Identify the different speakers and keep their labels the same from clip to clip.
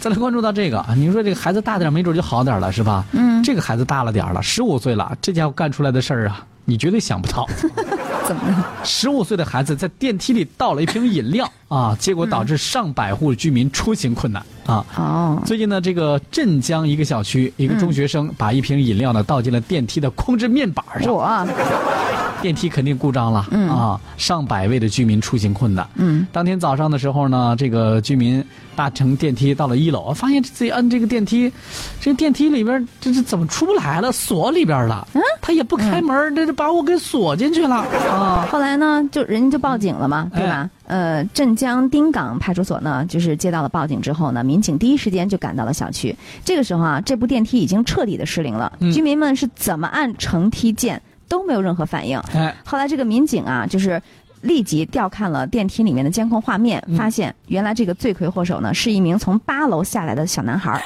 Speaker 1: 再来关注到这个啊，你说这个孩子大点儿没准就好点儿了，是吧？
Speaker 2: 嗯
Speaker 1: 这个孩子大了点儿了，十五岁了，这家伙干出来的事儿啊，你绝对想不到。
Speaker 2: 怎么了？
Speaker 1: 十五岁的孩子在电梯里倒了一瓶饮料
Speaker 2: 嗯
Speaker 1: 啊，结果导致上百户居民出行困难啊。
Speaker 2: 哦，
Speaker 1: 最近呢，这个镇江一个小区，一个中学生
Speaker 2: 嗯
Speaker 1: 把一瓶饮料呢倒进了电梯的控制面板上，
Speaker 2: 我啊
Speaker 1: 电梯肯定故障了、啊，上百位的居民出行困难。
Speaker 2: 嗯，
Speaker 1: 当天早上的时候呢，这个居民搭乘电梯到了一楼，发现自己摁这个电梯，这电梯里边这这怎么出不来了？锁里边了，嗯，他也不开门，
Speaker 2: 嗯
Speaker 1: 这这把我给锁进去了啊。
Speaker 2: 后来呢，就人家就报警了嘛，
Speaker 1: 哎
Speaker 2: 对吧？呃，镇江丁港派出所呢，就是接到了报警之后呢，民警第一时间就赶到了小区。这个时候啊，这部电梯已经彻底的失灵了，
Speaker 1: 嗯
Speaker 2: 居民们是怎么按乘梯键都没有任何反应。
Speaker 1: 哎，
Speaker 2: 后来这个民警啊，就是立即调看了电梯里面的监控画面，
Speaker 1: 嗯
Speaker 2: 发现原来这个罪魁祸首呢是一名从八楼下来的小男孩儿。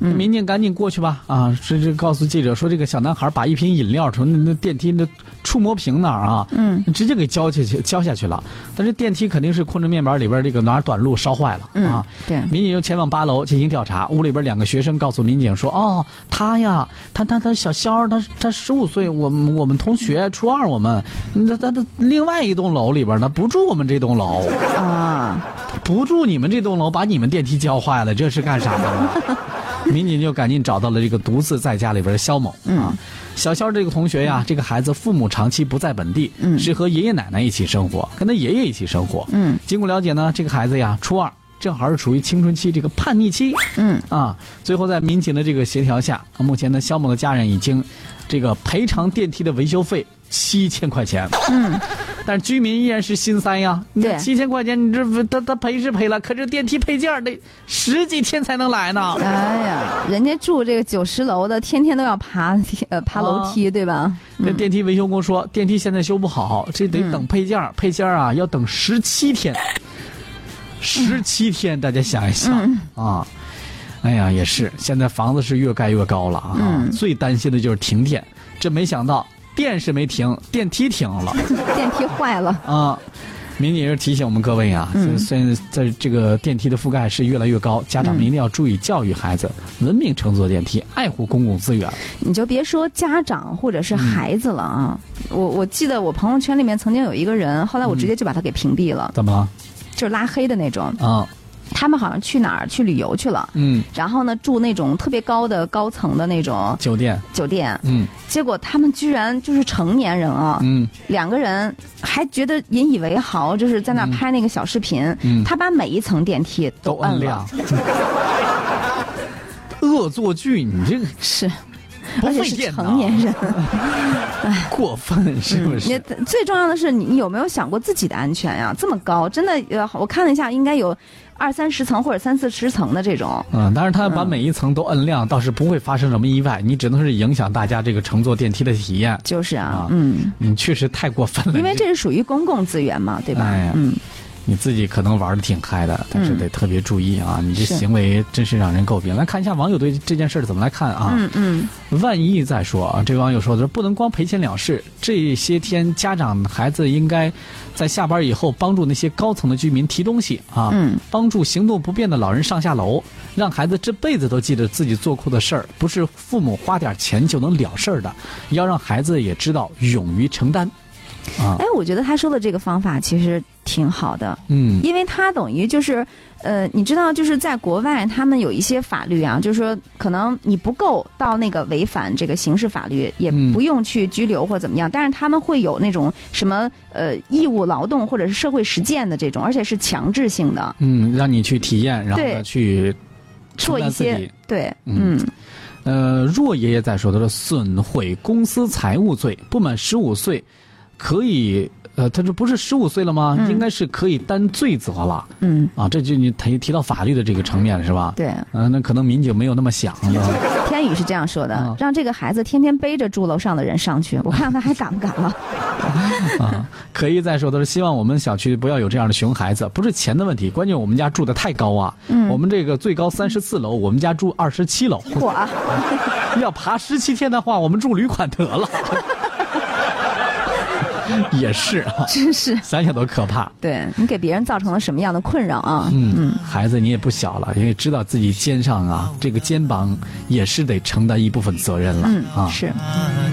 Speaker 2: 嗯
Speaker 1: 民警赶紧过去吧！啊，这这告诉记者说，这个小男孩把一瓶饮料从那那电梯那触摸屏那儿啊，
Speaker 2: 嗯，
Speaker 1: 直接给浇下去，浇下去了。但是电梯肯定是控制面板里边这个哪儿短路烧坏了、
Speaker 2: 嗯
Speaker 1: 啊。，
Speaker 2: 对，
Speaker 1: 民警又前往八楼进行调查，屋里边两个学生告诉民警说：“哦，他呀，他他他小肖，他他十五岁，我们我们同学，初二我们，那他他另外一栋楼里边呢，不住我们这栋楼，
Speaker 2: 啊，
Speaker 1: 不住你们这栋楼，把你们电梯浇坏了，这是干啥的呢？” 民警就赶紧找到了这个独自在家里边的肖某啊。
Speaker 2: 嗯
Speaker 1: 小肖这个同学呀，这个孩子父母长期不在本地，
Speaker 2: 嗯
Speaker 1: 是和爷爷奶奶一起生活，跟他爷爷一起生活。
Speaker 2: 嗯
Speaker 1: 经过了解呢，这个孩子呀，初二。正好是处于青春期这个叛逆期，
Speaker 2: 嗯
Speaker 1: 啊，最后在民警的这个协调下，目前呢，肖某的家人已经这个赔偿电梯的维修费七千块钱，
Speaker 2: 嗯，
Speaker 1: 但是居民依然是心塞呀。你
Speaker 2: 对
Speaker 1: 七千块钱，你这他他赔是赔了，可是电梯配件儿得十几天才能来呢。
Speaker 2: 哎呀，人家住这个九十楼的，天天都要爬梯呃爬
Speaker 1: 哦
Speaker 2: 楼梯，对吧？
Speaker 1: 那电梯维修工说，电梯现在修不好，这得
Speaker 2: 嗯
Speaker 1: 等配件儿，配件儿啊要等十七天，十七天，大家想一想、
Speaker 2: 嗯
Speaker 1: 啊。哎呀，也是，现在房子是越盖越高了啊，
Speaker 2: 嗯
Speaker 1: 最担心的就是停电，这没想到电是没停，电梯停了
Speaker 2: 电梯 坏了，
Speaker 1: 啊。民警也是提醒我们各位啊，
Speaker 2: 嗯
Speaker 1: 虽然在这个电梯的覆盖是越来越高，家长们一定要注意教育孩子，文明乘坐电梯，爱护公共资源。
Speaker 2: 你就别说家长或者是孩子了啊。我我记得我朋友圈里面曾经有一个人，后来我直接就把他给屏蔽了，
Speaker 1: 怎么了？
Speaker 2: 就是拉黑的那种。
Speaker 1: 啊，
Speaker 2: 他们好像去哪儿去旅游去了。
Speaker 1: 嗯，
Speaker 2: 然后呢，住那种特别高的高层的那种
Speaker 1: 酒店，
Speaker 2: 酒店，
Speaker 1: 嗯
Speaker 2: 结果他们居然就是成年人啊，
Speaker 1: 嗯。
Speaker 2: 两个人还觉得引以为豪，就是在那儿拍那个小视频。
Speaker 1: 嗯
Speaker 2: 他把每一层电梯
Speaker 1: 都
Speaker 2: 摁
Speaker 1: 按
Speaker 2: 了
Speaker 1: 亮，。 恶作剧，你这个
Speaker 2: 是，
Speaker 1: 不
Speaker 2: 而且
Speaker 1: 费
Speaker 2: 是
Speaker 1: 电
Speaker 2: 成年
Speaker 1: 脑，
Speaker 2: 人。嗯
Speaker 1: 过分是不
Speaker 2: 你
Speaker 1: 是？
Speaker 2: 最重要的是，你你有没有想过自己的安全呀？这么高，真的，呃，我看了一下，应该有二三十层或者三四十层的这种。
Speaker 1: 嗯，当然，他把每一层都摁亮，倒是不会发生什么意外。你只能是影响大家这个乘坐电梯的体验。
Speaker 2: 就是啊，
Speaker 1: 啊
Speaker 2: 嗯，
Speaker 1: 你确实太过分了，
Speaker 2: 因为
Speaker 1: 你
Speaker 2: 这是属于公共资源嘛，对吧？
Speaker 1: 哎呀
Speaker 2: 嗯，
Speaker 1: 你自己可能玩的挺嗨的，但是
Speaker 2: 嗯
Speaker 1: 得特别注意啊！你这
Speaker 2: 是
Speaker 1: 行为真是让人诟病。来看一下网友对这件事儿怎么来看啊？
Speaker 2: 嗯嗯，
Speaker 1: 万一再说啊，这位网友说的不能光赔钱了事，这些天家长孩子应该在下班以后帮助那些高层的居民提东西啊，
Speaker 2: 嗯
Speaker 1: 帮助行动不便的老人上下楼，让孩子这辈子都记得自己做过的事儿，不是父母花点钱就能了事儿的，要让孩子也知道勇于承担。啊
Speaker 2: 哎，，我觉得他说的这个方法其实挺好的，
Speaker 1: 嗯
Speaker 2: 因为他等于就是，呃，你知道，就是在国外，他们有一些法律啊，就是说，可能你不够到那个违反这个刑事法律，也
Speaker 1: 嗯
Speaker 2: 不用去拘留或怎么样，但是他们会有那种什么呃义务劳动或者是社会实践的这种，而且是强制性的，
Speaker 1: 嗯，让你去体验，然后呢
Speaker 2: 对
Speaker 1: 去承
Speaker 2: 做一
Speaker 1: 担自己
Speaker 2: 些。对，
Speaker 1: 嗯
Speaker 2: 嗯
Speaker 1: 呃，若爷爷在说，他说损毁公司财物罪，不满十五岁可以，呃，他说不是十五岁了吗？
Speaker 2: 嗯
Speaker 1: 应该是可以担罪责了
Speaker 2: 嗯，
Speaker 1: 啊。这就你提提到法律的这个层面了，是吧？
Speaker 2: 对，
Speaker 1: 嗯、那可能民警没有那么想的。
Speaker 2: 天宇是这样说的
Speaker 1: 啊，
Speaker 2: 让这个孩子天天背着住楼上的人上去，我看看他还敢不敢了。
Speaker 1: 可一再说，他说希望我们小区不要有这样的熊孩子，不是钱的问题，关键我们家住的太高啊。
Speaker 2: 嗯
Speaker 1: 我们这个最高三十四楼，我们家住二十七楼，
Speaker 2: 我啊，
Speaker 1: 要爬十七天的话，我们住旅馆得了。 也是啊，
Speaker 2: 真是，
Speaker 1: 想想都可怕。
Speaker 2: 对你给别人造成了什么样的困扰啊？
Speaker 1: 嗯，孩子你也不小了，因为知道自己肩上啊这个肩膀也是得承担一部分责任了、
Speaker 2: 嗯，
Speaker 1: 啊。
Speaker 2: 是。
Speaker 3: time.